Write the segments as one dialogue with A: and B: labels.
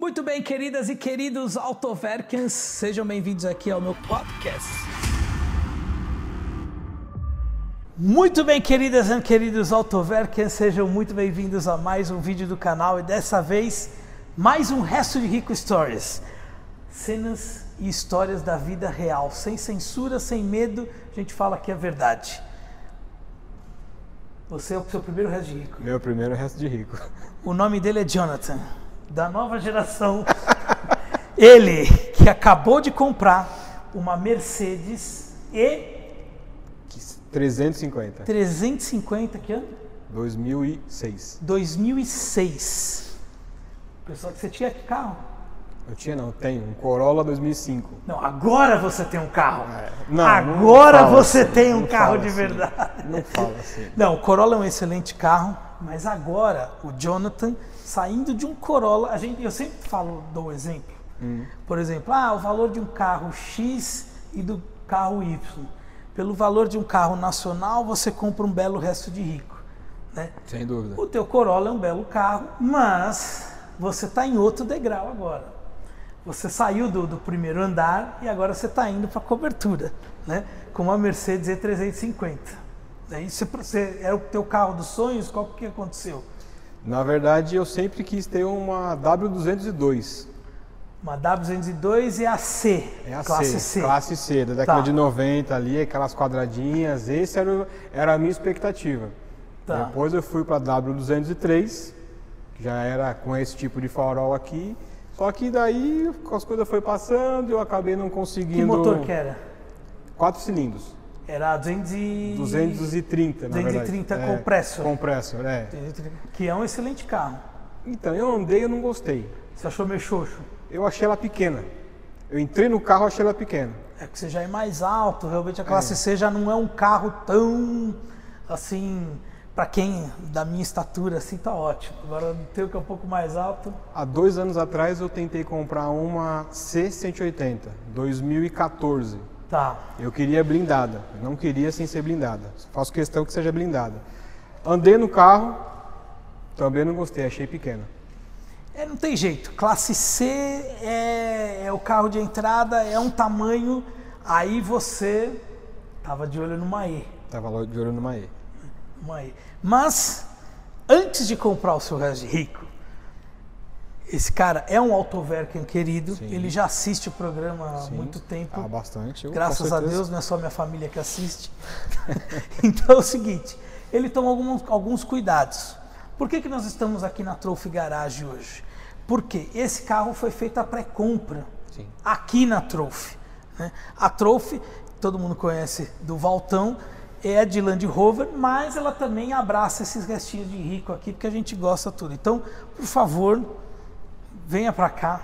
A: Muito bem, queridas e queridos Autoverkens, sejam bem-vindos aqui ao meu podcast. Muito bem, queridas e queridos Autoverkens, sejam muito bem-vindos a mais um vídeo do canal e dessa vez mais um resto de Rico Stories. Cenas e histórias da vida real, sem censura, sem medo, a gente fala que é verdade. Você é o seu primeiro resto de rico.
B: Meu primeiro resto de rico.
A: O nome dele é Jonathan, da nova geração. Ele que acabou de comprar uma Mercedes E
B: Que s- 350.
A: 350, que ano?
B: 2006.
A: 2006. Pessoal, que você tinha que carro?
B: Eu tinha não, tenho um Corolla 2005.
A: Não, agora você tem um carro.
B: É, não, não
A: agora
B: fala
A: você
B: assim,
A: tem um
B: não
A: carro
B: fala
A: de
B: assim.
A: verdade.
B: Não fala assim.
A: Não, o Corolla é um excelente carro, mas agora o Jonathan saindo de um Corolla, a gente, eu sempre falo, dou um exemplo. Por exemplo, ah, o valor de um carro X e do carro Y. Pelo valor de um carro nacional, você compra um belo resto de rico, né?
B: Sem dúvida.
A: O teu Corolla é um belo carro, mas você está em outro degrau agora. Você saiu do, do primeiro andar e agora você está indo para a cobertura, né? Com uma Mercedes E350. Daí você, Né? você era o teu carro dos sonhos, qual que aconteceu?
B: Na verdade, eu sempre quis ter uma W202.
A: Uma W202 e a C,
B: É a
A: classe
B: C,
A: C.
B: Classe C, da década
A: Tá.
B: de 90 ali, aquelas quadradinhas. Esse era, o- era a minha expectativa.
A: Tá.
B: Depois eu fui para W203, que já era com esse tipo de farol aqui. Só que daí as coisas foram passando, eu acabei não conseguindo.
A: Que motor que é? era?
B: Quatro cilindros.
A: Era a 200 e...
B: 230, na verdade. É,
A: 230 compressor.
B: Compressor, é.
A: 230, Que é um excelente carro.
B: Então, eu andei eu não gostei.
A: Você achou meio xoxo?
B: Eu achei ela pequena. Eu entrei no carro achei ela pequena.
A: É que você já é mais alto, realmente a classe C já não é um carro tão assim, para quem da minha estatura assim tá ótimo. Agora o teu que é um pouco mais alto,
B: Há dois anos atrás eu tentei comprar uma C180, 2014.
A: tá.
B: Eu queria blindada, eu não queria sem ser blindada. Faço questão que seja blindada. Andei no carro, também não gostei, achei pequena.
A: É, não tem jeito. Classe C é, é o carro de entrada, é um tamanho. Aí você tava de olho numa E,
B: Tava lá de olho numa E.
A: uma E. Mas antes de comprar o seu resto de rico, esse cara é um autoverken querido.
B: Sim.
A: Ele já assiste o programa há
B: Sim.
A: muito tempo.
B: Ah, bastante. eu, com
A: Graças a
B: certeza.
A: Deus, não é só minha família que assiste. então é o seguinte, ele toma alguns, alguns cuidados. Por que, que nós estamos aqui na Trophy Garage hoje? Porque esse carro foi feito a pré-compra
B: Sim.
A: aqui na Trophy. né? A Trophy, todo mundo conhece do Valtão, é de Land Rover, mas ela também abraça esses restinhos de rico aqui, porque a gente gosta tudo. Então, por favor, venha pra cá.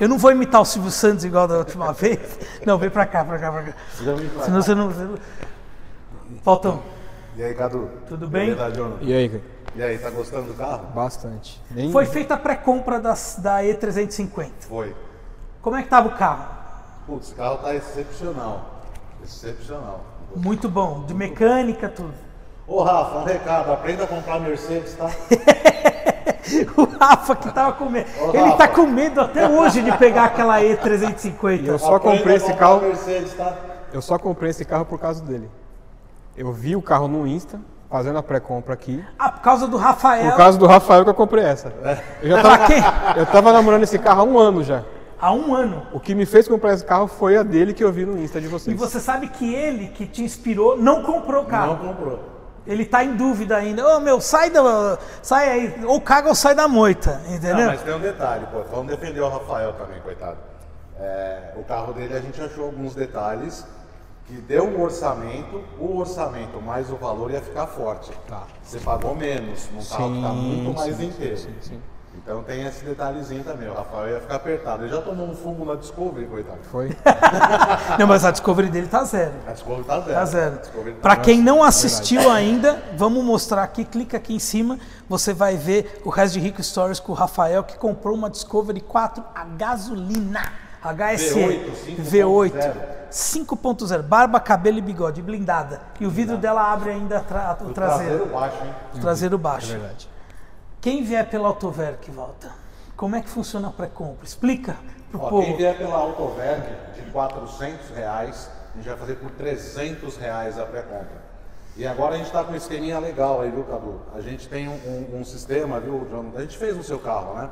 A: Eu não vou imitar o Silvio Santos igual da última vez. Não, vem pra cá, pra cá, pra cá. Senão você não. Você... não- Valtão,
C: E aí, Cadu?
A: Tudo bem?
C: Beleza, Jonathan?
B: E aí, cara?
C: E aí, tá gostando do carro?
B: Bastante. Nem-
A: foi feita a pré-compra das- da E350.
C: Foi.
A: Como é que tava o carro?
C: Putz, o carro tá excepcional. Excepcional.
A: Muito bom, de mecânica, tudo.
C: Ô, Rafa, um recado. Aprenda a comprar Mercedes, tá?
A: O Rafa que tava com medo.
C: Ô,
A: Ele tá
C: Rafa.
A: com medo até hoje de pegar aquela E350.
B: Eu só
C: Aprenda
B: comprei
C: a
B: esse
C: comprar
B: carro.
C: Mercedes, tá?
B: Eu só comprei esse carro por causa dele. Eu vi o carro no Insta, fazendo a pré-compra aqui.
A: Ah, por causa do Rafael.
B: Por causa do Rafael que eu comprei essa. Eu já
A: Pra
B: tava,
A: quê?
B: eu tava namorando esse carro há um ano já.
A: Há um ano.
B: O que me fez comprar esse carro foi a dele que eu vi no Insta de
A: E
B: vocês.
A: você sabe que ele que te inspirou não comprou o carro.
C: Não comprou.
A: Ele tá em dúvida ainda. Ô meu, sai da. Sai aí. Ou caga ou sai da moita.
B: É
A: Entendeu?
C: Não, mas tem um detalhe, pô. Vamos defender o Rafael também, coitado. É, o carro dele a gente achou alguns detalhes que deu um orçamento, o orçamento mais o valor ia ficar forte.
B: Tá.
C: Você pagou menos num carro que tá
B: Sim,
C: muito mais
B: sim,
C: inteiro.
B: sim, sim, sim.
C: Então tem esse detalhezinho também. O Rafael ia ficar apertado. Ele já tomou um fumo na Discovery, coitado.
B: Foi.
A: Não, mas a Discovery dele tá zero.
C: A Discovery tá zero.
A: Tá
C: A
A: zero.
C: Discovery tá
A: Para quem não assistiu ainda, vamos mostrar aqui. Clica aqui em cima, você vai ver o resto de Rico Stories com o Rafael que comprou uma Discovery 4 a gasolina. HSE
C: V8,
A: 5.0. 5.0, barba, cabelo e bigode, blindada. E o vidro dela abre ainda tra- o
C: O
A: traseiro,
C: baixo, hein?
A: Uhum.
C: É
A: o traseiro baixo.
B: Verdade.
A: Quem vier pela Autover que volta. Como é que funciona a pré-compra? Explica pro
C: Ó,
A: povo.
C: quem vier pela Autoverg de 400 reais, a gente vai fazer por 300 reais a pré-compra. E agora a gente está com um esqueminha legal aí, viu, Cadu? A gente tem um, um- um sistema, viu, Jonathan? A gente fez no seu carro, né?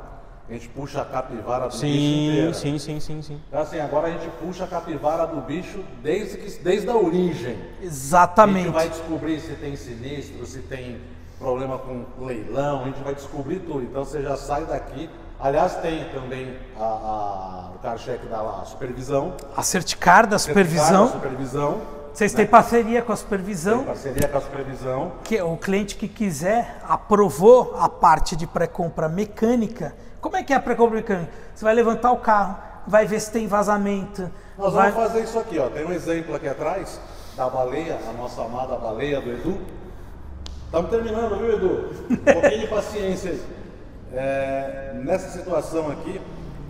C: A gente puxa a capivara do bicho
B: Sim,
C: inteira.
B: sim, sim, sim, sim.
C: Então assim, agora a gente puxa a capivara do bicho desde, que, desde a origem. A
A: Exatamente.
C: gente vai descobrir se tem sinistro, se tem problema com leilão, a gente vai descobrir tudo. Então você já sai daqui. Aliás, tem também a, a- o cara-cheque da lá, a supervisão.
A: A Certicar da
C: A
A: supervisão. Então?
C: supervisão.
A: Vocês têm parceria com a supervisão.
C: É. Tem parceria com a supervisão.
A: que o cliente que quiser aprovou a parte de pré-compra mecânica. Como é que é a pré-compra mecânica? Você vai levantar o carro, vai ver se tem vazamento.
C: Nós
A: vai...
C: vamos fazer isso aqui, ó. Tem um exemplo aqui atrás da baleia, a nossa amada baleia do Edu. Estamos terminando, viu, Edu? Um pouquinho de paciência aí. É, nessa situação aqui,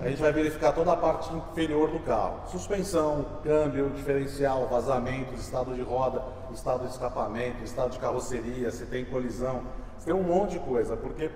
C: a gente vai verificar toda a parte inferior do carro: suspensão, câmbio, diferencial, vazamento, estado de roda, estado de escapamento, estado de carroceria, se tem colisão, se tem um monte de coisa, porque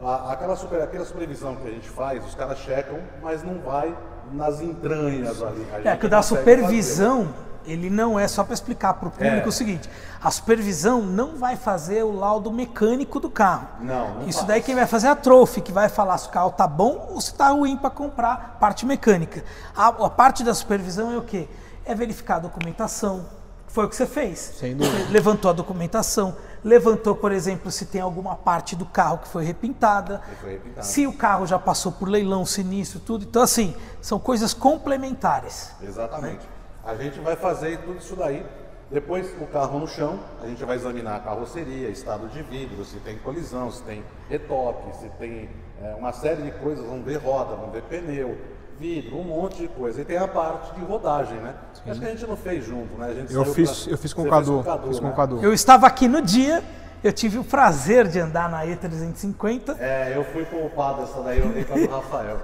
C: a- aquela, super, aquela supervisão que a gente faz, os caras checam, mas não vai nas entranhas ali. A
A: É
C: gente
A: que o da
C: consegue
A: supervisão, ele não é só para explicar para o público
C: É.
A: o seguinte: a supervisão não vai fazer o laudo mecânico do carro.
C: Não, não
A: Isso
C: faz.
A: daí quem vai fazer é a trofe, que vai falar se o carro tá bom ou se tá ruim para comprar parte mecânica. A, a parte da supervisão é o quê? É verificar a documentação. Foi o que você fez.
B: Sem dúvida.
A: Você levantou a documentação, levantou, por exemplo, se tem alguma parte do carro que foi repintada.
C: Que foi repintada.
A: Se o carro já passou por leilão, sinistro, tudo. Então, assim, são coisas complementares.
C: Exatamente. A gente vai fazer tudo isso daí. Depois, o carro no chão, a gente vai examinar a carroceria, estado de vidro, se tem colisão, se tem retoque, se tem é, uma série de coisas. Vamos ver roda, vamos ver pneu, vidro, um monte de coisa. E tem a parte de rodagem, né? Acho que a gente não fez junto, né? A gente
B: Eu
C: saiu
B: fiz,
C: pra-
B: eu fiz com
C: Você
B: o
C: fez
B: Cadu. Fiz com o
C: né?
B: Cadu.
A: Eu estava aqui no dia, eu tive o prazer de andar na E350.
C: É, eu fui poupado essa daí, eu dei para o Rafael.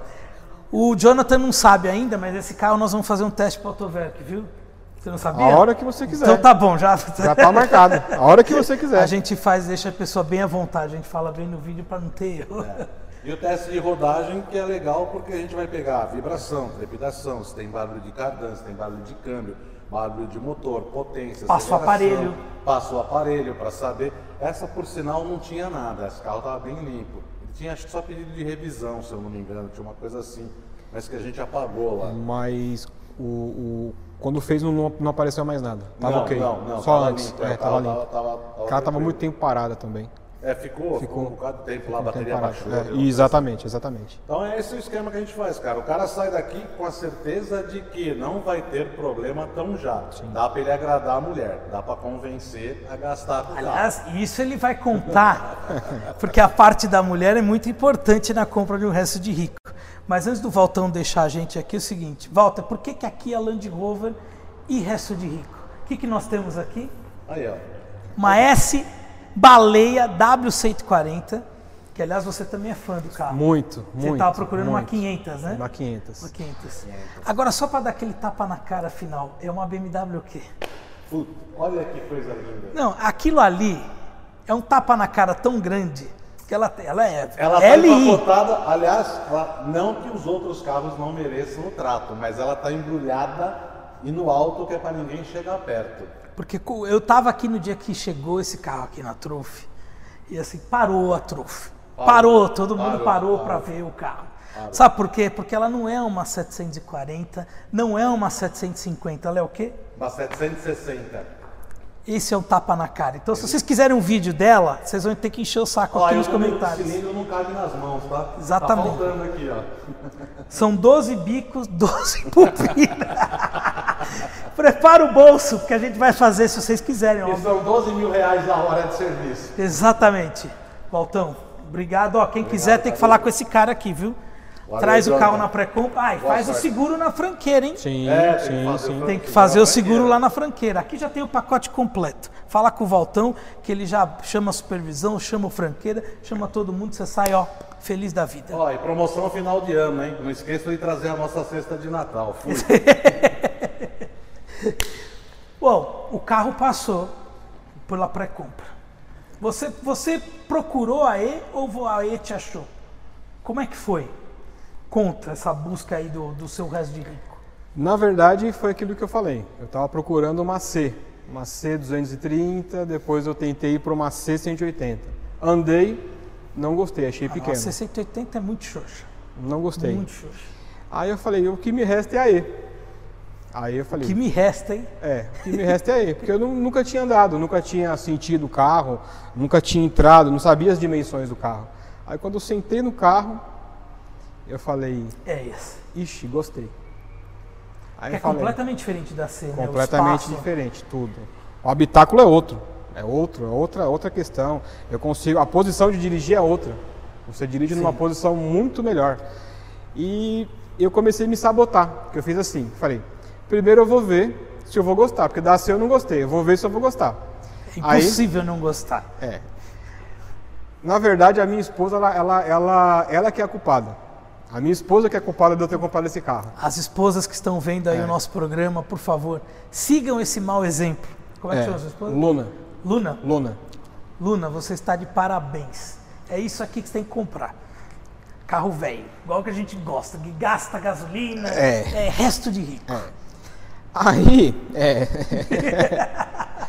A: O Jonathan não sabe ainda, mas esse carro nós vamos fazer um teste para o Autoverk, viu? Você não sabia?
B: A hora que você quiser.
A: Então tá bom, já.
B: Já tá marcado. A hora que você quiser.
A: A gente faz, deixa a pessoa bem à vontade, a gente fala bem no vídeo para não ter erro.
B: É, tá.
C: E o teste de rodagem que é legal porque a gente vai pegar a vibração, trepidação, se tem barulho de cardan, se tem barulho de câmbio, barulho de motor, potência,
A: Passa o
C: aceleração,
A: aparelho.
C: Passa o aparelho para saber. Essa por sinal não tinha nada, esse carro estava bem limpo. Ele tinha acho que só pedido de revisão, se eu não me engano, tinha uma coisa assim, mas que a gente apagou
B: Hum.
C: lá.
B: Mas o, o- quando fez não, não apareceu mais nada. Tava
C: não,
B: ok.
C: não, não,
B: Só
C: tava
B: antes.
C: limpo,
B: é, tava
C: o carro
B: limpo.
C: tava-
B: O cara tava
C: tranquilo.
B: muito tempo parada também.
C: É, ficou, ficou um
B: Ficou.
C: bocado de tempo lá, a
B: Muito tempo
C: bateria
B: parada.
C: baixou.
B: É,
C: deu uma
B: exatamente, exatamente.
C: Então é esse o esquema que a gente faz, cara. O cara sai daqui com a certeza de que não vai ter problema tão já. Dá pra ele agradar a mulher, dá pra convencer a gastar com o carro.
A: Aliás, isso ele vai contar, porque a parte da mulher é muito importante na compra de um resto de rico. Mas antes do Valtão deixar a gente aqui, é o seguinte: Walter, por que, que aqui é Land Rover e resto de rico? O que, que nós temos aqui?
C: Aí, ó.
A: Uma S Baleia W140, que aliás você também é fã do carro.
B: Muito,
A: Você
B: muito.
A: estava procurando uma
B: muito.
A: 500, né?
B: Uma 500.
A: 500. Agora, só para dar aquele tapa na cara final, é uma BMW o quê?
C: Puta, olha que coisa linda.
A: Não, aquilo ali é um tapa na cara tão grande que ela, ela é
C: Ela tá
A: LI.
C: empacotada, aliás, ela- não que os outros carros não mereçam o trato, mas ela tá embrulhada e no alto que é pra ninguém chegar perto.
A: Porque co- eu tava aqui no dia que chegou esse carro aqui na Trofe e assim, parou a Trofe. Parou, todo mundo parou
C: parou,
A: para ver o carro. Sabe por quê? Porque ela não é uma 740, não é uma 750, ela é o quê?
C: Uma 760.
A: Esse é um tapa na cara. Então, se vocês quiserem um vídeo dela, vocês vão ter que encher o saco aqui
C: eu
A: nos comentários.
C: O cilindro não cabe nas mãos, tá?
A: Exatamente.
C: Tá faltando aqui, ó.
A: São 12 bicos, 12 pupilas. Prepara o bolso, porque a gente vai fazer se vocês quiserem. ó.
C: E são 12 mil reais a hora de serviço.
A: Exatamente. Valtão, obrigado. Ó, quem quiser tem que falar com esse cara aqui, viu? Traz o
C: Jonathan.
A: carro na pré-compra. Ai,
C: Boa
A: faz o
C: sorte.
A: seguro na franqueira, hein?
B: Sim,
C: É, tem que
B: sim,
C: fazer o
B: sim.
A: Tem que
C: Franqueira,
A: fazer o
C: na
A: seguro
C: franqueira.
A: lá na franqueira. Aqui já tem o pacote completo. Fala com o Valtão, que ele já chama a supervisão, chama o franqueira, chama todo mundo, você sai, ó, feliz da vida.
C: Ó, e promoção final de ano, hein? Não esqueça de trazer a nossa cesta de Natal. Fui.
A: Bom, o carro passou pela pré-compra. Você, você procurou a E ou vo- a E te achou? Como é que foi? Conta essa busca aí do, do seu resto de rico.
B: Na verdade, foi aquilo que eu falei. Eu estava procurando uma C, uma C 230, depois eu tentei ir para uma C 180. Andei, não gostei, achei
A: A
B: pequeno.
A: 680 é muito xoxa.
B: Não gostei.
A: Muito xoxa.
B: Aí eu falei, o que me resta é a E. Aí eu
A: O
B: falei,
A: que me resta, hein?
B: é, o que me resta é a E, porque eu nu- nunca tinha andado, nunca tinha sentido o carro, nunca tinha entrado, não sabia as dimensões do carro. Aí quando eu sentei no carro, eu falei,
A: É esse.
B: ixi, gostei. Aí
A: É
B: eu falei,
A: completamente diferente da C, né? O
B: completamente
A: espaço.
B: diferente, tudo. O habitáculo é outro, é outro, é outra, outra questão. Eu consigo, a posição de dirigir é outra. Você dirige numa posição muito melhor. E eu comecei a me sabotar, porque eu fiz assim, falei, primeiro eu vou ver se eu vou gostar, porque da C eu não gostei, eu vou ver se eu vou gostar.
A: É impossível não gostar.
B: É. Na verdade, a minha esposa, ela, ela, ela, ela que é a culpada. A minha esposa que é a culpada de eu ter comprado esse carro.
A: As esposas que estão vendo aí
B: É.
A: o nosso programa, por favor, sigam esse mau exemplo. Como é que chama sua esposa?
B: Luna,
A: Luna.
B: Luna.
A: Luna, você está de parabéns. É isso aqui que você tem que comprar. Carro velho, igual que a gente gosta, que gasta gasolina,
B: É.
A: é resto de rico.
B: Aí, é.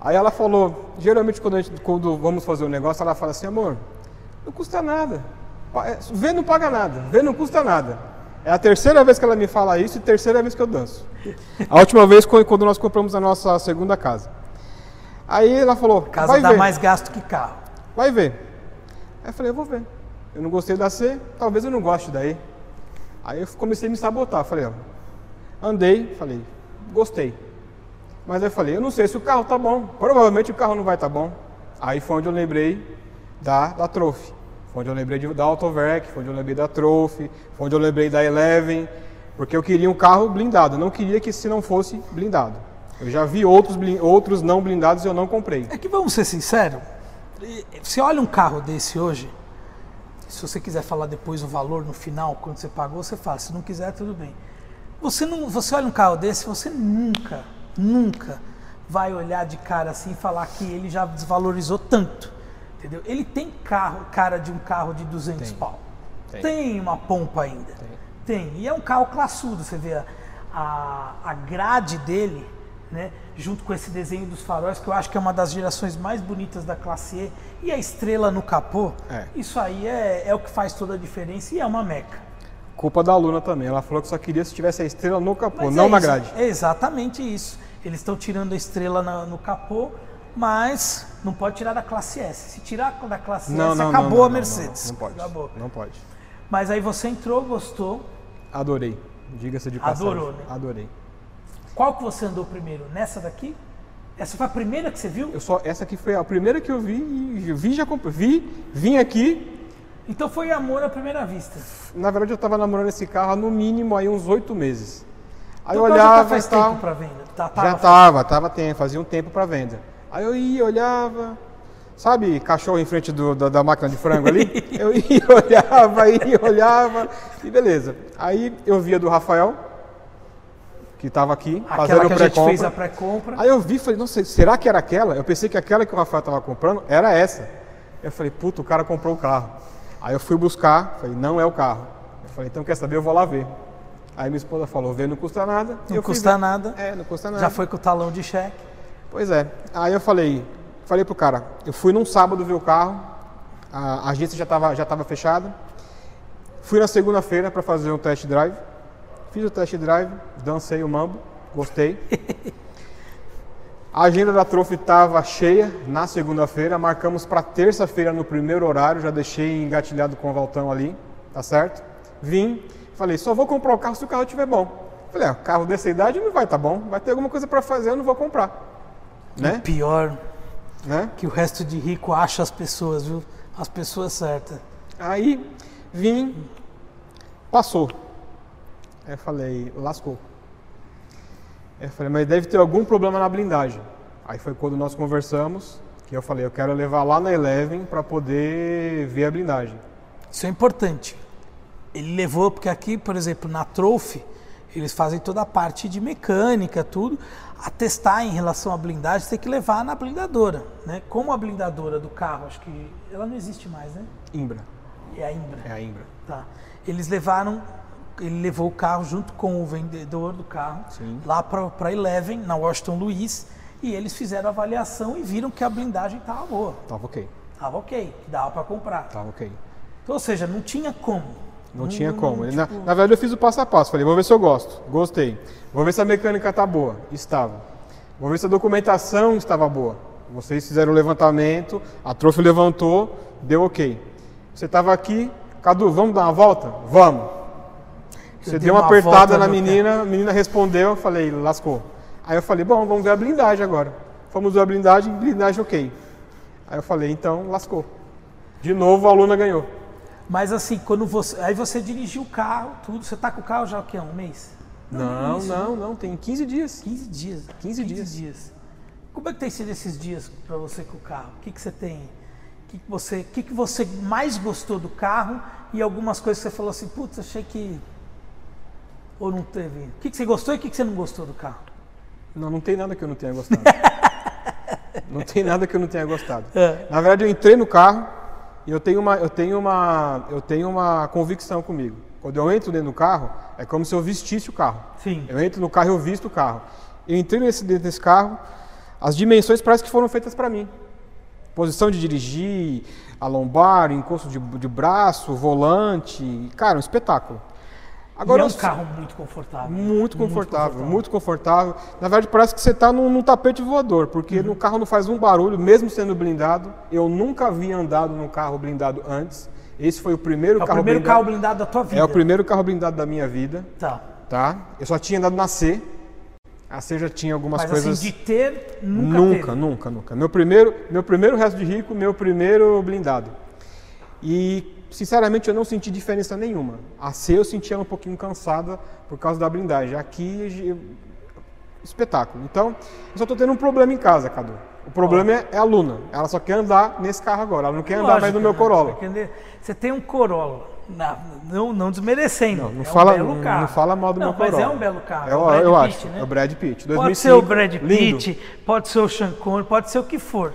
B: Aí ela falou, geralmente quando, a gente- quando vamos fazer um negócio, ela fala assim, amor, não custa nada. Pa- é, Vê não paga nada, vê não custa nada. É a terceira vez que ela me fala isso e terceira vez que eu danço. A última vez foi quando nós compramos a nossa segunda casa. Aí ela falou,
A: Casa
B: vai
A: dá
B: ver,
A: mais gasto que carro.
B: vai ver. Aí eu falei, eu vou ver. Eu não gostei da C, talvez eu não goste daí. Aí eu comecei a me sabotar. Falei, ó, andei, falei, gostei. Mas aí eu falei, eu não sei se o carro tá bom. Provavelmente o carro não vai estar bom. Aí foi onde eu lembrei da, da Trophy. Foi onde eu lembrei de, da Autoverk, foi onde eu lembrei da Trophy, foi onde eu lembrei da Eleven. Porque eu queria um carro blindado. Eu não queria que se não fosse blindado. Eu já vi outros, blin- outros não blindados e eu não comprei.
A: É que vamos ser sinceros, e- você olha um carro desse hoje, se você quiser falar depois o valor no final, quando você pagou, você fala, se não quiser, tudo bem. Você, não, você olha um carro desse, você nunca, nunca vai olhar de cara assim e falar que ele já desvalorizou tanto, entendeu? Ele tem carro, cara de um carro de 200 pau.
B: Tem.
A: Tem. uma pompa ainda. Tem. E é um carro classudo, você vê a, a, a grade dele, né? Junto com esse desenho dos faróis, que eu acho que é uma das gerações mais bonitas da classe E, e a estrela no capô,
B: É.
A: isso aí é, é o que faz toda a diferença e é uma meca.
B: Culpa da aluna também. Ela falou que só queria se tivesse a estrela no capô,
A: Mas
B: não
A: é
B: na
A: isso,
B: grade.
A: É exatamente isso. Eles estão tirando a estrela na- no capô, mas não pode tirar da classe S. Se tirar da classe
B: Não,
A: S,
B: não,
A: acabou
B: não, não,
A: a
B: não,
A: Mercedes.
B: Não, não,
A: Acabou.
B: pode. Não pode.
A: Mas aí você entrou, gostou.
B: Adorei. Diga-se de passagem.
A: Adorou, né?
B: Adorei.
A: Qual que você andou primeiro? Nessa daqui? Essa foi a primeira que você viu?
B: Eu só, essa aqui foi a primeira que eu vi e eu vi já comprei. Vi, vim aqui.
A: Então foi amor à primeira vista.
B: Na verdade, eu estava namorando esse carro há no mínimo aí uns oito meses. Aí eu
A: Então, já tá
B: olhava e
A: faz
B: tal.
A: tempo para venda. Tá,
B: Já
A: tava-
B: tava, tava tempo, fazia um tempo para venda. Aí eu ia, olhava. Sabe, cachorro em frente do- da, da máquina de frango ali? Eu ia, olhava, ia, olhava. E beleza. Aí eu via do Rafael, que estava aqui,
A: Aquela
B: tá fazendo
A: que a gente fez a
B: pré-compra.
A: pré-compra.
B: Aí eu vi e falei, não sei, será que era aquela? Eu pensei que aquela que o Rafael estava comprando era essa. Eu falei, puta, o cara comprou o carro. Aí eu fui buscar, falei, não é o carro. Eu falei, então quer saber, eu vou lá ver. Aí minha esposa falou, vê, não custa nada. E
A: Não
B: eu fui
A: custa
B: ver.
A: nada.
B: É, não custa nada.
A: Já foi com o talão de cheque.
B: Pois é. Aí eu falei, falei pro cara, eu fui num sábado ver o carro, a a agência já estava já tava fechada. Fui na segunda-feira para fazer um test drive. Fiz o test drive, dancei o mambo, gostei. A agenda da Trophy estava cheia na segunda-feira, marcamos para terça-feira no primeiro horário, já deixei engatilhado com o Valtão ali, tá certo? Vim, falei, só vou comprar o carro se o carro estiver bom. Falei, ah, carro dessa idade não vai tá bom, vai ter alguma coisa para fazer, eu não vou comprar. Né?
A: Pior
B: né?
A: que o resto de rico acha as pessoas, viu? As pessoas certas.
B: Aí vim, passou. Aí eu falei, lascou. Aí eu falei, mas deve ter algum problema na blindagem. Aí foi quando nós conversamos, que eu falei, eu quero levar lá na Eleven para poder ver a blindagem.
A: Isso é importante. Ele levou, porque aqui, por exemplo, na Trophy, eles fazem toda a parte de mecânica, tudo. A testar em relação à blindagem, tem que levar na blindadora. Né? Como a blindadora do carro, acho que ela não existe mais, né?
B: Imbra,
A: É a Imbra.
B: é a Imbra.
A: Tá. Eles levaram, ele levou o carro junto com o vendedor do carro
B: Sim.
A: lá para Eleven, na Washington Luiz, e eles fizeram a avaliação e viram que a blindagem estava boa,
B: Tava ok,
A: estava ok, que dava para comprar.
B: tava ok.
A: Então, ou seja, não tinha como.
B: Não tinha
A: não-
B: como.
A: não,
B: Na,
A: tipo,
B: na verdade, eu fiz o passo a passo. Falei, vou ver se eu gosto. Gostei. Vou ver se a mecânica tá boa. Estava. Vou ver se a documentação estava boa. Vocês fizeram o levantamento, a trofe levantou, deu ok. Você estava aqui, Cadu, vamos dar uma volta? Vamos. Você
A: dei
B: deu uma
A: uma
B: apertada
A: volta
B: na
A: no pé.
B: menina, a menina respondeu, eu falei, lascou. Aí eu falei, bom, vamos ver a blindagem agora. Fomos ver a blindagem, blindagem ok. Aí eu falei, então, lascou. De novo, a aluna ganhou.
A: Mas assim, quando você. Aí você dirigiu o carro, tudo. Você tá com o carro já o quê? Um mês?
B: Não,
A: isso,
B: não, não, tem 15 dias.
A: 15 dias.
B: 15 dias.
A: Como é que tem sido esses dias para você com o carro? O que, que você tem? O que, que você, o que, que você mais gostou do carro? E algumas coisas que você falou assim, putz, achei que. Ou não teve. O que, que você gostou e o que, que você não gostou do carro?
B: Não, não tem nada que eu não tenha gostado. não tem nada que eu não tenha gostado.
A: É.
B: Na verdade, eu entrei no carro e eu tenho uma, eu tenho uma, eu tenho uma convicção comigo. Quando eu entro dentro do carro, é como se eu vestisse o carro.
A: Sim.
B: Eu entro no carro e eu visto o carro. Eu entrei nesse, dentro desse carro, as dimensões parece que foram feitas para mim. Posição de dirigir, a lombar, encosto de, de braço, volante. Cara, um espetáculo.
A: Agora, é um
B: os-
A: carro muito confortável.
B: muito confortável, muito confortável. Na verdade, parece que você está num, num tapete voador, porque
A: Uhum.
B: no carro não faz um barulho, mesmo sendo blindado. Eu nunca havia andado num carro blindado antes. Esse foi o primeiro,
A: É o
B: carro,
A: primeiro
B: blindado,
A: carro blindado da tua vida.
B: É o primeiro carro blindado da minha vida,
A: Tá.
B: tá? Eu só tinha andado na C. A C já tinha algumas
A: Mas
B: coisas.
A: assim, de ter, nunca.
B: Nunca,
A: teve.
B: nunca, nunca. Meu primeiro, meu primeiro resto de rico, meu primeiro blindado. E sinceramente eu não senti diferença nenhuma. A C eu sentia ela um pouquinho cansada por causa da blindagem. Aqui eu- espetáculo. Então, eu só tô tendo um problema em casa, Cadu. O problema é- é a Luna. Ela só quer andar nesse carro agora. Ela não quer andar mais
A: Lógico,
B: no meu
A: né?
B: Corolla.
A: Você quer- Você tem um Corolla. Na- Não, não desmerecendo.
B: Não, não
A: é
B: fala,
A: um belo
B: não-
A: carro.
B: não fala mal do
A: Não,
B: meu Corolla.
A: Mas é um belo carro.
B: É,
A: o
B: o-
A: Brad
B: eu
A: Pitt,
B: acho.
A: né?
B: É o Brad Pitt. 2005.
A: Pode ser o Brad
B: Lindo.
A: Pitt, pode ser o Sean Connery, pode ser o que for.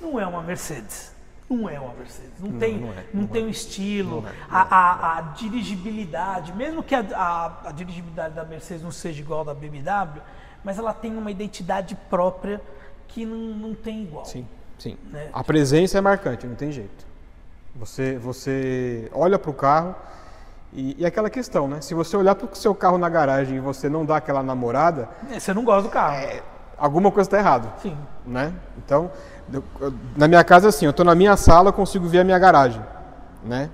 A: Não é uma Mercedes. Não é uma Mercedes. Não, tem, não
B: não é,
A: tem um estilo. a, a- a dirigibilidade, mesmo que a, a- a dirigibilidade da Mercedes não seja igual da BMW, mas ela tem uma identidade própria que não, não tem igual.
B: Sim, sim.
A: Né?
B: A presença é marcante, não tem jeito. Você, você olha para o carro e, e aquela questão, né? Se você olhar para o seu carro na garagem e você não dá aquela namorada,
A: É, Você não gosta do carro.
B: alguma coisa tá está errada,
A: Sim.
B: né? Então, eu- eu- na minha casa assim, eu estou na minha sala, eu consigo ver a minha garagem, né?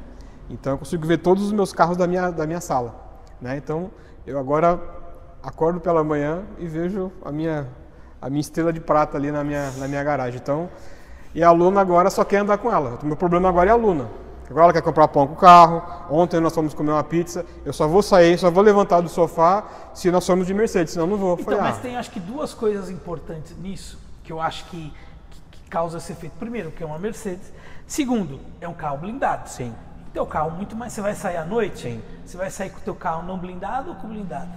B: Então, eu consigo ver todos os meus carros da minha, da minha sala, né? Então, eu agora acordo pela manhã e vejo a minha, a minha estrela de prata ali na minha, na minha garagem. Então, e a aluna agora só quer andar com ela. O meu problema agora é a aluna. Agora ela quer comprar pão com o carro. Ontem nós fomos comer uma pizza. Eu só vou sair, só vou levantar do sofá se nós formos de Mercedes, senão eu não vou.
A: Então,
B: Falei, ah,
A: mas tem acho que duas coisas importantes nisso que eu acho que, que, que causa esse efeito. Primeiro, que é uma Mercedes. Segundo, é um carro blindado.
B: Sim.
A: Teu carro muito mais. Você vai sair à noite? Sim. Você vai sair com o teu carro não blindado ou com blindado?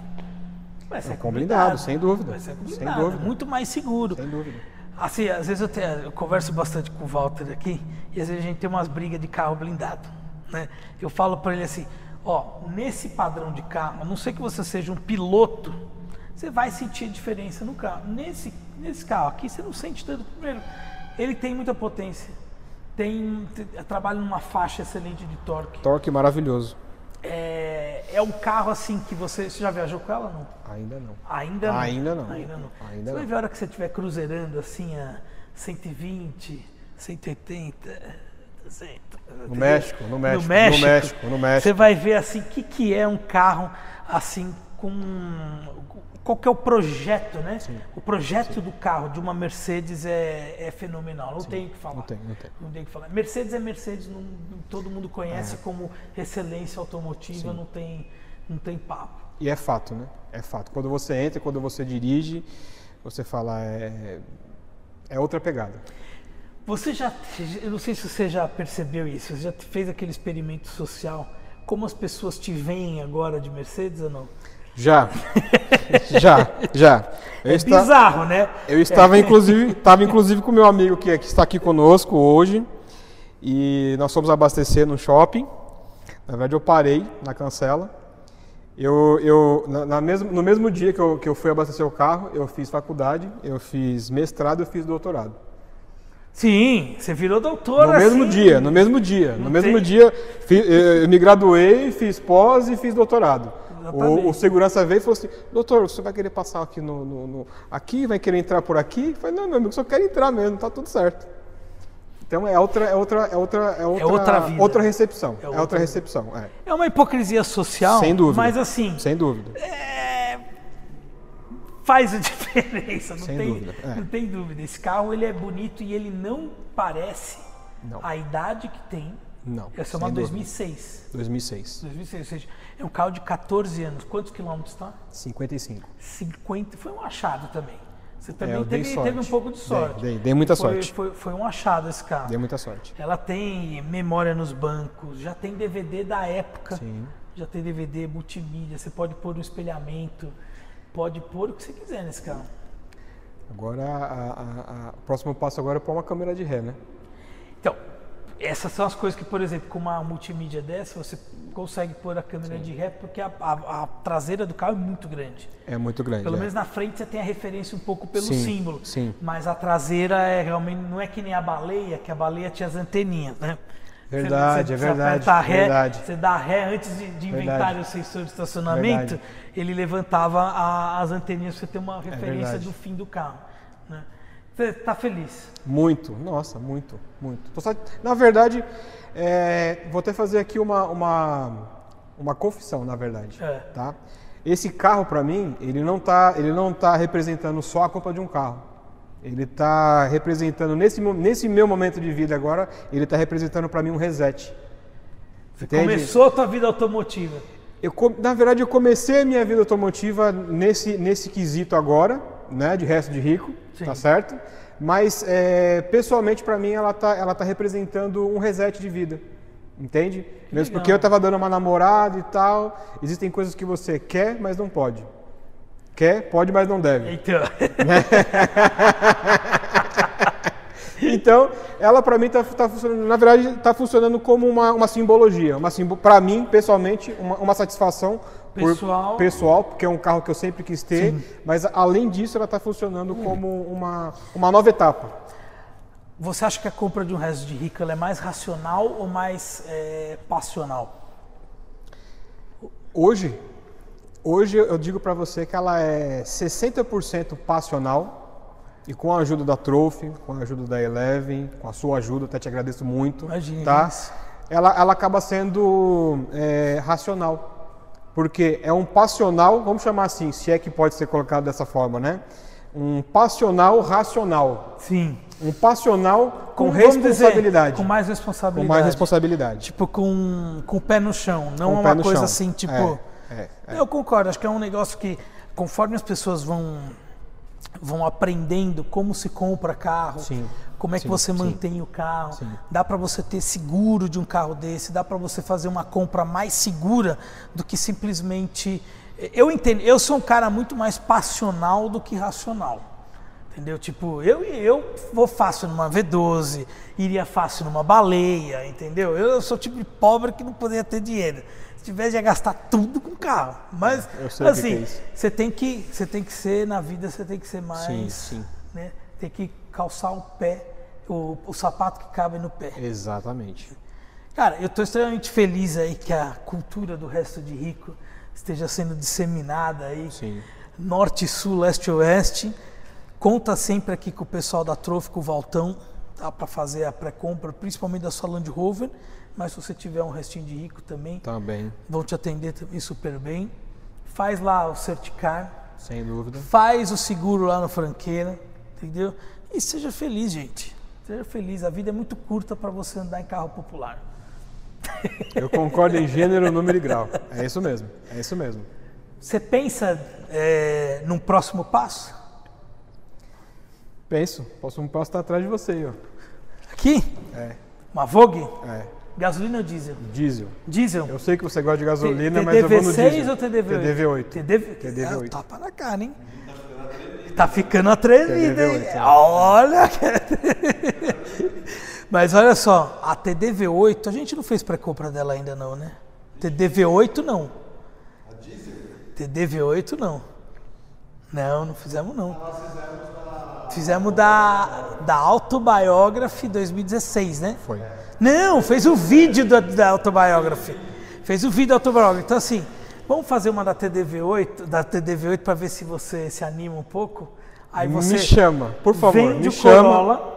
A: Vai sair
B: É com blindado, sem dúvida.
A: Vai sair com
B: Sem
A: blindado. É
B: dúvida.
A: Muito mais seguro.
B: Sem dúvida.
A: Assim, às vezes eu, te- eu converso bastante com o Walter aqui e às vezes a gente tem umas brigas de carro blindado, né? Eu falo para ele assim, ó, nesse padrão de carro, a não sei que você seja um piloto, você vai sentir a diferença no carro. Nesse, nesse carro aqui, você não sente tanto. Primeiro, ele tem muita potência, tem, te- trabalha numa faixa excelente de torque.
B: Torque maravilhoso.
A: É, é um carro assim que você, você já viajou com ela não?
B: Ainda não.
A: Ainda não.
B: Ainda não.
A: Ainda não.
B: Ainda
A: você vai
B: não.
A: ver a hora que você estiver cruzeirando assim a 120, 180, 200.
B: No México, no México,
A: No
B: no
A: México.
B: México, no México.
A: Você vai ver assim o que, que é um carro assim com. Qual que é o projeto, né? O projeto do carro de uma Mercedes é, é fenomenal. Não tem o que falar.
B: não tem, não tem.
A: Não tem o que falar. Mercedes é Mercedes, não- não- todo mundo conhece
B: É.
A: como excelência automotiva, não tem, não tem papo.
B: E é fato, né? É fato. Quando você entra, quando você dirige, você fala, é, é outra pegada.
A: Você já, eu não sei se você já percebeu isso, você já fez aquele experimento social, como as pessoas te veem agora de Mercedes ou não?
B: Já, já, já. Eu,
A: É
B: esta-
A: bizarro, né?
B: eu estava, inclusive, estava inclusive com meu amigo que, que está aqui conosco hoje e nós fomos abastecer no shopping. Na verdade, eu parei na cancela. Eu, eu na, na mesmo, no mesmo dia que eu, que eu fui abastecer o carro, eu fiz faculdade, eu fiz mestrado, eu fiz doutorado.
A: Sim, você virou doutora.
B: No mesmo
A: sim.
B: dia, no mesmo dia, no mesmo
A: assim. tem.
B: dia, fi- eh, eu me graduei, fiz pós e fiz doutorado.
A: Exatamente.
B: O, o segurança veio e falou assim, doutor, você vai querer passar aqui no, no- no- aqui, vai querer entrar por aqui? Eu falei, não, meu amigo, só quero entrar mesmo, tá tudo certo. Então é outra, é outra, é outra, é outra,
A: outra vida.
B: outra recepção,
A: É
B: é outra,
A: outra-
B: recepção, é.
A: É uma hipocrisia social,
B: sem dúvida.
A: mas assim,
B: sem dúvida.
A: é, faz a diferença, não,
B: Sem
A: tem,
B: dúvida, é.
A: não tem dúvida. Esse carro ele é bonito e ele não parece
B: Não.
A: a idade que tem.
B: Não.
A: Essa é uma
B: sem dúvida.
A: 2006.
B: 2006,
A: 2006, ou seja, é um carro de 14 anos. Quantos quilômetros tá? está?
B: 55.
A: 50. Foi um achado também. Você
B: É,
A: também
B: eu dei
A: teve,
B: sorte.
A: teve um pouco de
B: Dei-
A: sorte.
B: dei- dei muita
A: Foi-
B: sorte.
A: Foi, foi um achado esse carro.
B: Deu muita sorte.
A: Ela tem memória nos bancos, já tem DVD da época,
B: Sim.
A: já tem DVD multimídia, você pode pôr um espelhamento, pode pôr o que você quiser nesse carro.
B: Agora, a- a- a- o próximo passo agora é pôr uma câmera de ré, né?
A: Então, essas são as coisas que, por exemplo, com uma multimídia dessa, você consegue pôr a câmera de ré, porque a, a- a traseira do carro é muito grande.
B: É muito grande.
A: Pelo
B: é.
A: menos na frente você tem a referência um pouco pelo
B: Sim,
A: símbolo.
B: sim.
A: Mas a traseira é realmente não é que nem a baleia, que a baleia tinha as anteninhas, né? Você-
B: Verdade,
A: você-
B: é
A: você
B: verdade,
A: aperta ré,
B: verdade.
A: Você dá ré antes de, de inventar
B: Verdade.
A: o sensor de estacionamento,
B: Verdade. É
A: ele levantava a- as anteninhas para você ter uma referência
B: verdade.
A: do fim do carro. né? Você está feliz?
B: Muito, nossa, muito, muito. Tô sat- Na verdade, é, vou até fazer aqui uma, uma, uma confissão, na verdade.
A: É.
B: Tá? Esse carro, para mim, ele não, tá, ele não tá representando só a compra de um carro. Ele tá representando, nesse, mo- nesse meu momento de vida agora, ele tá representando para mim um reset. Entende?
A: Começou a tua vida automotiva.
B: Eu, co- na verdade, eu comecei a minha vida automotiva nesse, nesse quesito agora, né? De resto de rico,
A: Sim.
B: tá certo? Mas, é, pessoalmente, para mim, ela tá, ela tá representando um reset de vida. Entende? Mesmo
A: legal.
B: porque eu tava dando uma namorada e tal. Existem coisas que você quer, mas não pode. Quer, pode, mas não deve.
A: Então,
B: Então, ela pra mim tá, tá funcionando, na verdade, tá funcionando como uma, uma simbologia, uma simbo, para mim, pessoalmente, uma, uma satisfação por-
A: Pessoal.
B: pessoal, porque é um carro que eu sempre quis ter, mas além disso, ela tá funcionando como uma, uma nova etapa.
A: você acha que a compra de um resto de rico ela é mais racional ou mais eh, passional?
B: Hoje, hoje eu digo pra você que ela é 60% passional e com a ajuda da Trophy, com a ajuda da Eleven, com a sua ajuda, até te agradeço muito,
A: Imagina,
B: tá?
A: isso.
B: Ela, ela acaba sendo é, racional. Porque é um passional, vamos chamar assim, se é que pode ser colocado dessa forma, né? Um passional racional.
A: Sim.
B: Um passional com,
A: vamos dizer,
B: responsabilidade.
A: com mais responsabilidade.
B: Com mais responsabilidade.
A: Tipo, com, com o pé no chão. Não
B: Com
A: é
B: o pé
A: uma
B: no
A: coisa
B: chão.
A: assim, tipo.
B: É, é, é.
A: Eu concordo, acho que é um negócio que, conforme as pessoas vão, vão aprendendo como se compra carro,
B: Sim,
A: como é que
B: sim,
A: você
B: sim.
A: mantém o carro,
B: Sim.
A: dá para você ter seguro de um carro desse, dá para você fazer uma compra mais segura do que simplesmente. Eu entendo, eu sou um cara muito mais passional do que racional. Entendeu? Tipo, eu eu vou fácil numa V12, iria fácil numa baleia, entendeu? Eu sou o tipo de pobre que não poderia ter dinheiro. Se tivesse, ia gastar tudo com carro. Mas,
B: eu sei o que que é
A: assim,
B: isso.
A: você tem que você tem que ser, na vida, você tem que ser mais.
B: Sim, sim.
A: Né? Tem que calçar o pé, o, o sapato que cabe no pé.
B: Exatamente.
A: Cara, eu estou extremamente feliz aí que a cultura do resto de rico esteja sendo disseminada aí.
B: Sim.
A: Norte, sul, leste, oeste. Conta sempre aqui com o pessoal da Trofe, com o Valtão, tá? Para fazer a pré-compra, principalmente da sua Land Rover. Mas se você tiver um restinho de rico também,
B: Também,
A: vão te atender também super bem. Faz lá o certicar,
B: sem dúvida.
A: faz o seguro lá na franqueira, entendeu? E seja feliz, gente. Seja feliz. A vida é muito curta para você andar em carro popular.
B: Eu concordo em gênero, número e grau. É isso mesmo. É isso mesmo.
A: Você pensa eh, num próximo passo?
B: Penso, posso um passo tá atrás de você, aí, ó.
A: Aqui?
B: É,
A: Uma Vogue?
B: é.
A: Gasolina ou diesel?
B: Diesel.
A: Diesel.
B: Eu sei que você gosta de gasolina, mas eu vou no
A: TDV6
B: diesel.
A: ou TDV8?
B: TDV8.
A: TDV...
B: TDV8.
A: Ah, tapa na cara, hein? Tá ficando atrevido, hein?
B: TDV8, é.
A: Olha! é Mas olha só, a TDV8, a gente não fez pré-compra dela ainda não, né? TDV8 não.
C: A diesel?
A: TDV8 não. Não, não fizemos não. Fizemos da, da Autobiography 2016, né?
B: Foi.
A: Não, fez o vídeo da, da Autobiography. Fez o vídeo da Autobiography. Então assim, vamos fazer uma da TDV8, da TDV8 para ver se você se anima um pouco. Aí você
B: me chama, por favor.
A: vende
B: me
A: o
B: chama.
A: Corolla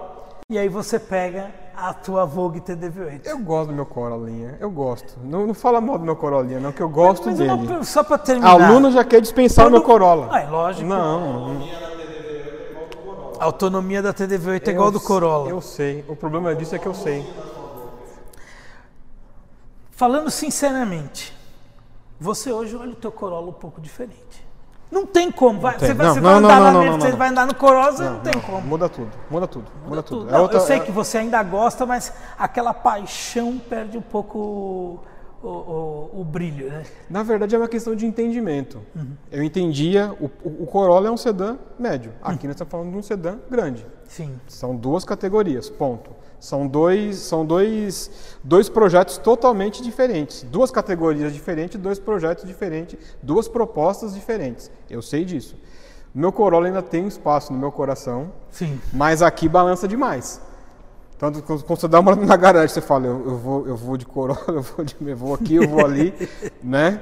A: e aí você pega a tua Vogue TDV8.
B: Eu gosto do meu Corolinha, eu gosto. Não, não fala mal do meu Corolinha, não, que eu gosto
A: Mas
B: dele.
A: uma per- só para terminar.
B: Aluno já quer dispensar o meu
A: Quando-
B: Corolla.
A: Ah, é lógico.
B: Não, não.
A: A autonomia da TDV8 é igual a do
B: Eu-
A: Corolla.
B: Eu sei. O problema disso é que eu sei.
A: Falando sinceramente, você hoje olha o teu Corolla um pouco diferente. Não tem como. Vai,
B: tem.
A: Você, vai,
B: Não,
A: você
B: não,
A: vai
B: não,
A: andar
B: não,
A: na
B: não,
A: Mercedes,
B: não, não.
A: vai andar no Corolla, você não, tem como.
B: Muda tudo, muda tudo, muda tudo.
A: Tudo.
B: É
A: Não,
B: outra-
A: eu sei
B: é-
A: que você ainda gosta, mas aquela paixão perde um pouco o, o- o- o brilho, né?
B: Na verdade é uma questão de entendimento. Eu entendia, o, o- o Corolla é um sedã médio. Aqui nós estamos falando de um sedã grande.
A: Sim.
B: São duas categorias, ponto. São dois, são dois, dois projetos totalmente diferentes, duas categorias diferentes, dois projetos diferentes, duas propostas diferentes. Eu sei disso. Meu Corolla ainda tem um espaço no meu coração,
A: Sim.
B: mas aqui balança demais. Tanto que quando quando você dá uma olhada na garagem, você fala, eu, eu vou, eu vou de Corolla, eu vou, de- eu vou aqui, eu vou ali, né?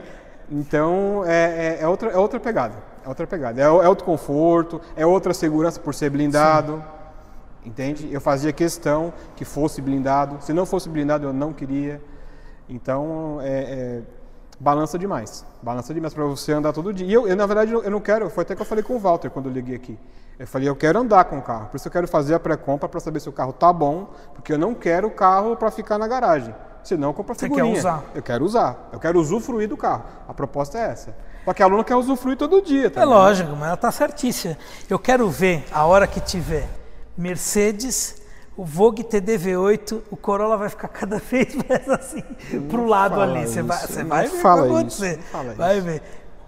B: Então é, é- é outra, é outra pegada. É outra pegada. É, o- é outro conforto, é outra segurança por ser blindado. Entende? Eu fazia questão que fosse blindado. Se não fosse blindado, eu não queria. Então, é, é, balança demais. Balança demais para você andar todo dia. E eu, eu, na verdade, eu não quero. Foi até que eu falei com o Walter quando eu liguei aqui. Eu falei, eu quero andar com o carro. Por isso eu quero fazer a pré-compra para saber se o carro tá bom, porque eu não quero o carro para ficar na garagem. Senão, eu compro a
A: Você quer
B: figurinha.
A: usar.
B: Eu quero usar. Eu quero usufruir do carro. A proposta é essa. Só que a aluna quer usufruir todo dia.
A: É
B: também, né?
A: lógico, mas ela está certíssima. Eu quero ver a hora que tiver Mercedes, o Vogue TDV8, o Corolla vai ficar cada vez mais assim pro lado
B: fala
A: ali. Você vai,
B: isso,
A: você
B: não
A: vai ver o que
B: fala
A: vai
B: isso,
A: acontecer.
B: não fala
A: vai
B: isso.
A: ver.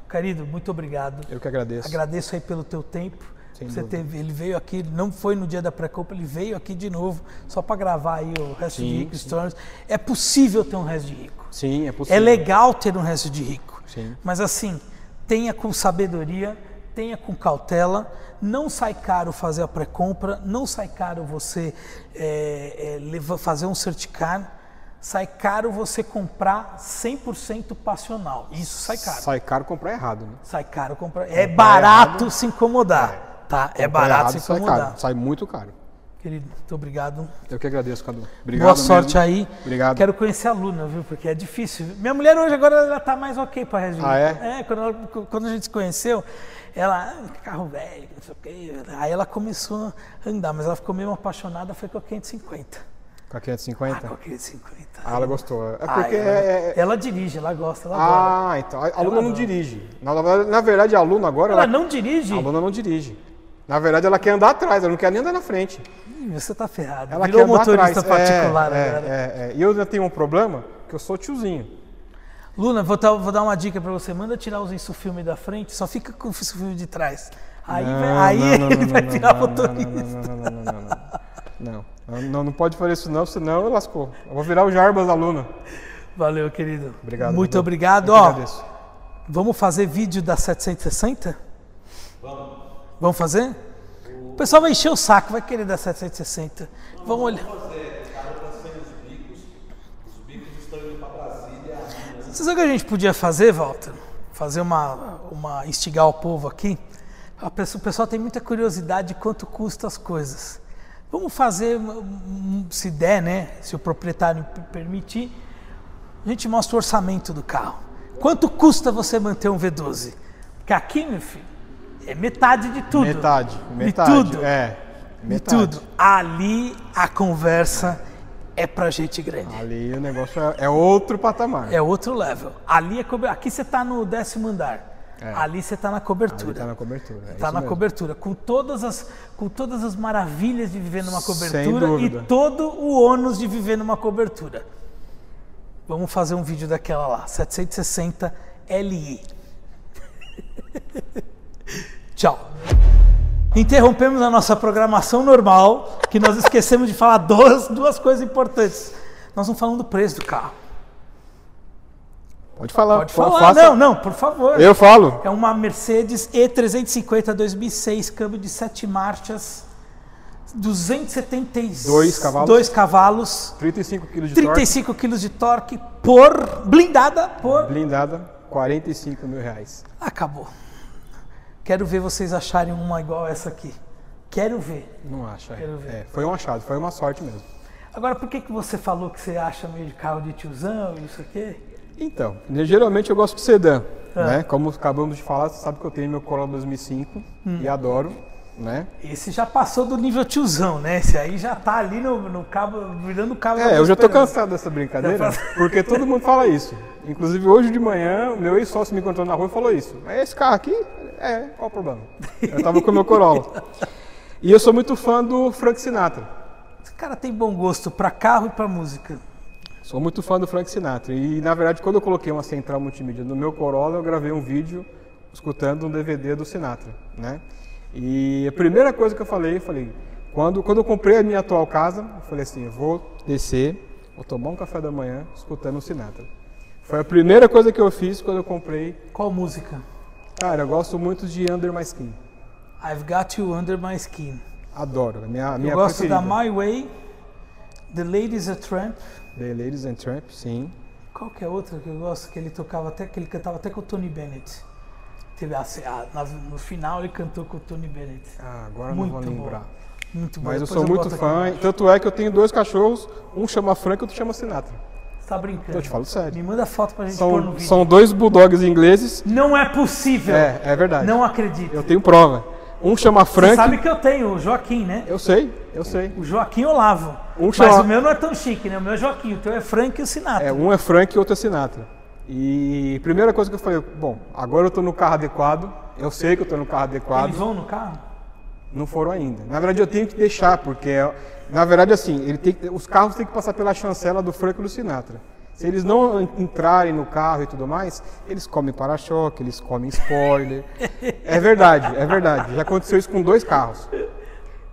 A: Querido, muito obrigado.
B: Eu que agradeço.
A: Agradeço aí pelo teu tempo.
B: Sem
A: Você
B: dúvida.
A: teve, ele veio aqui, não foi no dia da pré-copa, ele veio aqui de novo só para gravar aí o resto de
B: Sim,
A: rico Stories. É possível ter um resto de rico.
B: Sim, é
A: É
B: possível.
A: legal ter um resto de rico.
B: Sim.
A: Mas assim, tenha com sabedoria, tenha com cautela. Não sai caro fazer a pré-compra, não sai caro você é, é, leva- fazer um certicar. Sai caro você comprar 100% passional. Isso sai é caro.
B: Sai caro comprar errado, né?
A: Sai caro comprar. É barato se incomodar. Tá? É
B: Comprar
A: barato
B: errado
A: se
B: sai
A: incomodar.
B: caro. Sai muito caro.
A: Querido, muito obrigado.
B: Eu que agradeço, Cadu. Obrigado
A: Boa sorte
B: mesmo.
A: aí.
B: Obrigado.
A: Quero conhecer a Luna, viu? Porque é difícil. Minha mulher hoje agora ela tá mais ok pra Regina.
B: Ah, é?
A: quando, ela- quando a gente se conheceu, ela, ah, que carro velho, não sei o quê. Aí ela começou a andar, mas ela ficou mesmo apaixonada, foi com a 550.
B: Com
A: Ah, com
B: a
A: a
B: 550?
A: 550.
B: Ah, ela gostou. É porque
A: Ah, ela,
B: é... é-
A: ela dirige, ela gosta, ela adora.
B: Ah, então. A aluna não
A: adora.
B: dirige. Na, na- na verdade, a aluna agora...
A: Ela
B: Ela,
A: não dirige?
B: A aluna não dirige. Na verdade, ela quer andar atrás, ela não quer nem andar na frente.
A: Ih, Você tá ferrado.
B: Ela
A: Virou
B: quer andar
A: motorista
B: atrás. É,
A: particular
B: é,
A: agora. né?
B: é, é. E eu ainda tenho um problema, que eu sou tiozinho.
A: Luna, vou, dar- vou dar uma dica pra você. Manda tirar os insufilme da frente, só fica com o insufilme de trás. Aí, vai-
B: Não,
A: aí
B: não, não,
A: ele
B: não,
A: vai
B: não,
A: virar
B: não, não,
A: motorista.
B: Não, não, não, não, não, não. Não, não, não, não pode fazer isso não, senão eu lascou. Eu vou virar o Jarbas da aluna.
A: Valeu, querido.
B: Obrigado.
A: Muito
B: Dudu.
A: obrigado.
B: Eu que
A: Ó,
B: agradeço.
A: vamos fazer vídeo da 760? Vamos. Vamos fazer? O pessoal vai encher o saco, vai querer da 760. vamos olhar. Você sabe o que a gente podia fazer, Walter? Fazer uma, uma instigar o povo aqui. A pessoa- o pessoal tem muita curiosidade de quanto custa as coisas. Vamos fazer, um- um- se der, né? Se o proprietário p- permitir, a gente mostra o orçamento do carro. Quanto custa você manter um V12? Porque aqui, meu filho, é metade de tudo.
B: Metade,
A: De
B: metade.
A: tudo.
B: É,
A: De
B: metade.
A: tudo. Ali a conversa é pra gente grande.
B: Ali o negócio é, é outro patamar.
A: É outro level. Ali é cobe... Aqui você está no décimo andar.
B: É.
A: Ali você está na cobertura.
B: Ali tá na cobertura, é
A: Tá
B: isso
A: na
B: mesmo.
A: cobertura. Com todas, as, com todas as maravilhas de viver numa
B: Sem
A: cobertura e
B: dúvida.
A: todo o ônus de viver numa cobertura. Vamos fazer um vídeo daquela lá. 760 LI. Tchau. Interrompemos a nossa programação normal, que nós esquecemos de falar duas, duas coisas importantes. Nós não falamos do preço do carro.
B: Pode falar.
A: Pode
B: fa-
A: falar,
B: faça-
A: não, não, por favor.
B: Eu falo.
A: É uma Mercedes E350 2006, câmbio de 7 marchas, 272
B: Dois cavalos.
A: dois cavalos
B: 35 kg de torque,
A: 35 kg de torque por blindada por
B: blindada, 45 mil reais.
A: acabou. Quero ver vocês acharem uma igual essa aqui. Quero ver.
B: Não acha. é.
A: Quero ver.
B: É, foi um achado, foi uma sorte mesmo.
A: Agora, por que, que você falou que você acha meio de carro de tiozão e isso aqui?
B: Então, né, geralmente eu gosto de sedã,
A: Ah.
B: né? Como acabamos de falar, você sabe que eu tenho meu Corolla 2005
A: Hum.
B: e adoro, né?
A: Esse já passou do nível tiozão, né? Esse aí já tá ali no, no cabo, virando o cabo. da
B: É, eu já tô
A: esperança.
B: cansado dessa brincadeira,
A: Já tá-
B: porque todo mundo fala isso. Inclusive hoje de manhã, o meu ex-sócio me encontrou na rua e falou isso. Mas esse carro aqui, é, qual o problema? Eu tava com o meu Corolla. E eu sou muito fã do Frank Sinatra.
A: Esse cara tem bom gosto pra carro e pra música.
B: Sou muito fã do Frank Sinatra. E na verdade, quando eu coloquei uma central multimídia no meu Corolla, eu gravei um vídeo escutando um DVD do Sinatra, né? E a primeira coisa que eu falei, eu falei, quando, quando eu comprei a minha atual casa, eu falei assim, eu vou descer, vou tomar um café da manhã escutando o Sinatra. Foi a primeira coisa que eu fiz quando eu comprei.
A: Qual música?
B: Cara, eu gosto muito de Under My Skin.
A: I've Got You Under My Skin.
B: Adoro, é minha, minha
A: eu gosto
B: preferida.
A: da My Way, The Ladies a Tramp.
B: The Ladies and Tramp, sim.
A: Qual que é outra que eu gosto? Que ele tocava até, que ele cantava até com o Tony Bennett. Teve a- a- na- no final ele cantou com o Tony Bennett.
B: Ah, agora eu
A: Muito
B: não vou
A: bom.
B: lembrar.
A: Muito bom.
B: Mas eu
A: Depois
B: sou muito
A: boto aqui
B: fã,
A: embaixo.
B: tanto é que eu tenho dois cachorros, um chama Frank e outro chama Sinatra.
A: Você tá brincando?
B: Eu te falo
A: Me
B: sério.
A: manda foto pra gente pôr no
B: São,
A: vídeo.
B: são dois bulldogs ingleses.
A: Não é possível.
B: É, é verdade.
A: Não acredito.
B: Eu tenho prova. Um chama
A: Você
B: Frank.
A: sabe que eu tenho o Joaquim, né?
B: Eu sei, eu sei.
A: O Joaquim Olavo.
B: Um
A: Mas
B: chama-
A: o meu não é tão chique, né? O meu é Joaquim, o teu é Frank e o Sinatra.
B: É, um é Frank e outro é Sinatra. E a primeira coisa que eu falei, bom, agora eu tô no carro adequado. Eu sei que eu tô no carro adequado.
A: Eles vão no carro?
B: Não foram ainda. Na verdade, eu tenho que deixar, porque na verdade assim, ele tem que- os carros têm que passar pela chancela do Franco e do Sinatra. Se eles não en- entrarem no carro e tudo mais, eles comem para-choque, eles comem spoiler. é verdade, é verdade. Já aconteceu isso com dois carros.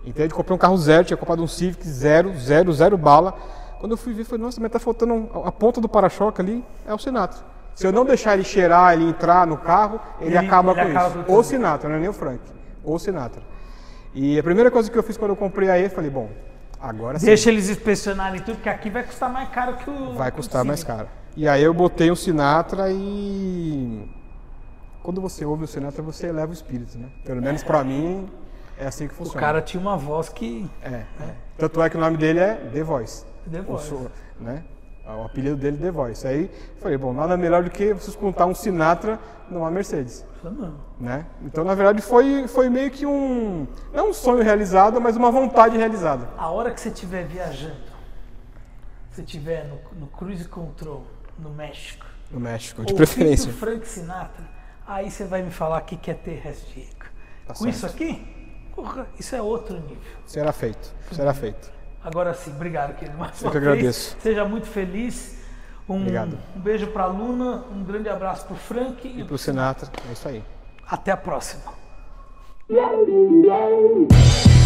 B: Entende? Comprei um carro zero, tinha comprado um Civic zero, zero, zero bala. Quando eu fui ver, falei, nossa, mas tá faltando um- a ponta do para-choque ali, é o Sinatra. Se eu não deixar ele cheirar, ele entrar no carro, ele,
A: Ele-
B: acaba
A: ele
B: com
A: acaba
B: isso.
A: com
B: Ou
A: tudo.
B: Sinatra, não é nem o Frank. Ou Sinatra. E a primeira coisa que eu fiz quando eu comprei aí, eu falei, bom, agora sim
A: Deixa eles inspecionarem tudo, porque aqui vai custar mais caro que o.
B: vai
A: que o
B: custar mais
A: Civic.
B: caro. E aí eu botei o Sinatra e quando você ouve o Sinatra, você eleva o espírito, né? Pelo menos pra mim é assim que
A: O
B: funciona.
A: cara tinha uma voz que.
B: É, é. Tanto é que o nome dele é The Voice.
A: The
B: O
A: Voice.
B: so- né? O apelido dele é The Voice. Aí eu falei, bom, nada melhor do que vocês contar um Sinatra numa Mercedes.
A: Não.
B: né? Então, na verdade, foi, foi meio que um. Não um sonho realizado, mas uma vontade realizada.
A: A hora que você estiver viajando, se estiver no, no Cruise Control, no México,
B: No México, de
A: ouvindo
B: preferência.
A: Frank Sinatra, aí você vai me falar que quer ter resto de rico.
B: Tá
A: Com isso aqui, porra, isso é outro nível.
B: Será feito. Será feito.
A: Agora sim, obrigado, querido. Mais
B: Eu
A: uma
B: que
A: vez.
B: agradeço.
A: Seja muito feliz. Um,
B: Obrigado.
A: um beijo para a Luna, um grande abraço para o Frank e
B: E pro Sinatra, é isso aí.
A: até a próxima.
D: Yeah, yeah.